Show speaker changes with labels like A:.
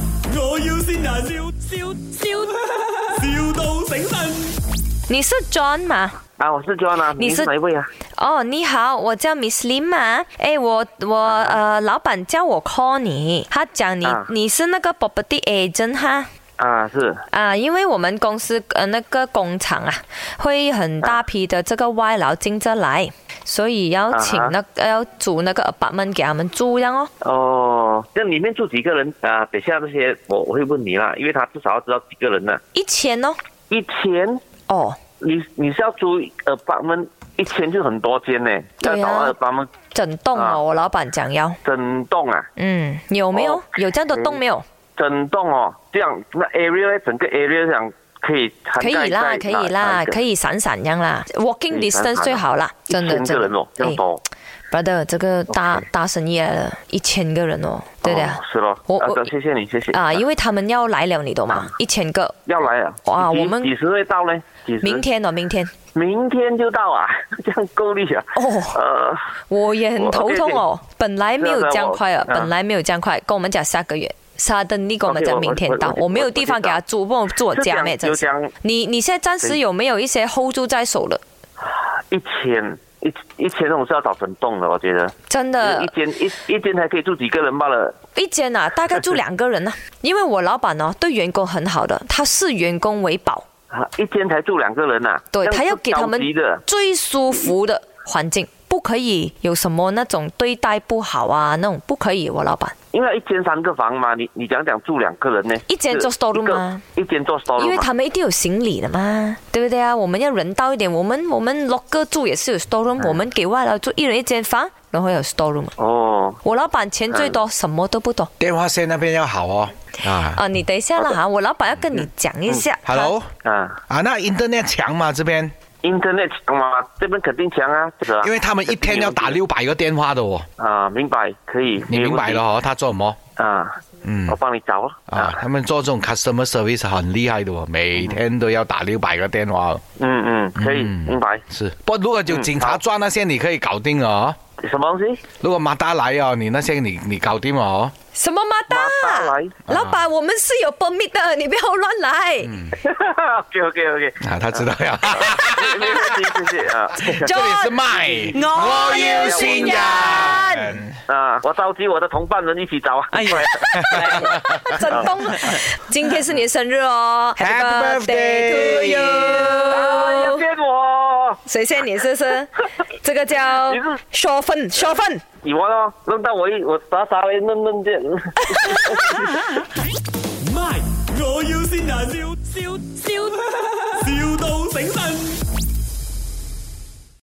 A: 要先人，笑笑笑，,笑到醒神。
B: 你是 John 吗？
C: 啊，我是 John 啊，
B: 你
C: 您
B: 是
C: 哪一位啊？
B: 哦，你好，我叫 Miss Lim 啊。哎，我我呃，老板叫我 call 你，他讲你、
C: 啊
B: 你是那个 property agent 哈。
C: 啊，是
B: 啊，因为我们公司呃那个工厂啊，会很大批的这个外劳进这来，所以要请
C: 啊哈
B: 那、要租那个 apartment 给他们住，这样哦。
C: 哦，这里面住几个人啊？等下这些我我会问你啦，因为他至少要知道几个人呢、
B: 一千哦，
C: 一千，
B: 哦，
C: 你你是要租呃八门，一千就很多间呢，
B: 对啊
C: 要找八门
B: 整栋哦，
C: 啊
B: 我老板讲要，
C: 整栋啊，
B: 嗯，有没有、
C: 哦
B: 有这样的栋没有？
C: 整栋哦，这样那 area 呢整个 area 这样可以涵
B: 可
C: 盖
B: 以啦，
C: 在
B: 可以啦，可
C: 以
B: 以闪闪这样啦，walking
C: 可以闪闪
B: distance
C: 啊
B: 最好啦，真的
C: 一千
B: 真的哎
C: 个人哦，这样多，
B: brother，这个大
C: OK
B: 大生意来了，一千个人哦，对的、
C: 哦是咯，
B: 我
C: 啊
B: 我
C: 哥，谢谢你，谢谢
B: 啊，因
C: 为
B: 为他们要来了，你懂
C: 啊
B: 吗？一千个，
C: 要来啊，
B: 哇
C: 几
B: 我们
C: 几时会到呢？几时？
B: 明天哦，明天
C: 明天就到啊， 这样够力啊，
B: 哦。
C: 呃。
B: 我也很头痛哦，本来没有这样快啊，
C: 是啊
B: 本来没有这样快，跟我们讲下个月。沙登利跟我们
C: OK，
B: 讲
C: 我
B: 明天到
C: 我，我
B: 我没有地方给他住，不然我住我
C: 就
B: 家
C: 讲
B: 咩？真
C: 就是讲。
B: 你你现在暂时有没有一些 hold 住在手了？
C: 一千一一千那种是要找整栋的，我觉得。
B: 真的
C: 一，间一一间才可以住几个人罢了。
B: 一间啊，大概住两个 人啊。因为我老板呢、对员工很好的，他视员工为宝，
C: 啊，一间才住两个人呐、啊。
B: 对
C: 这样
B: 他要给他们
C: 是高级的。
B: 最舒服的环境，不可以有什么那种对待不好啊，那种不可以。我老板，
C: 因为一间三个房嘛，你你讲讲住两个人呢？
B: 一间做
C: 是
B: storeroom
C: 一个
B: 啊
C: 一间做 storeroom，
B: 因为
C: 嘛
B: 他们一定有行李的嘛，对不对啊？我们要人道一点，我们我们 l o c 住也是有 storeroom，、我
C: 嗯
B: 们给外劳住一人一间房，然后有 storeroom。
C: 哦，
B: 我老板钱最
C: 嗯
B: 多，什么都不懂
D: 电话线那边要好哦。啊
B: 啊！你等一下啦哈，我老板要跟你讲一
C: 嗯
B: 下。
D: ，Hello
C: 啊
D: 啊，那 Internet 强吗？这边，
C: ，internet 强嘛，这边肯定强啊，是啊。
D: 因为他们一天要打六百个电话的哦，
C: 啊，明白，可以。
D: 你明白了
C: 没有问
D: 哦？他做什么？
C: 题啊？
D: 嗯
C: 我帮你找啊。
D: 啊，他们做这种 customer service 很厉害的哦，每天都要打六百个电话哦。
C: 嗯嗯，可以，
D: 嗯
C: 明白。
D: 是，不，如果就警察抓那些，你可以搞定了哦。
C: 什么东西？
D: 如果马达来哦，你那些你你搞定了哦。
B: 什么马
C: 马达
B: 达
C: 来？
B: 老板，我们是有 permit 的，你不要乱来。
C: OK OK OK，
D: 啊，他知道呀。
C: 没有问题，谢谢啊。
B: 这
D: 这里是麦，
B: 我要
C: 新
B: 人。
C: 啊，我召集我的同伴们一起找啊。
A: 哎呀，
B: 真东，今天是你的生日哦
D: Happy
B: to you！
A: 哎
C: 要见哎我，
B: 谁谢你，是不是？这个叫
C: 你是
B: 说分说分。
C: 你玩哦，弄到我一我傻傻的愣愣见。
A: 卖！我要先人，笑笑笑，,笑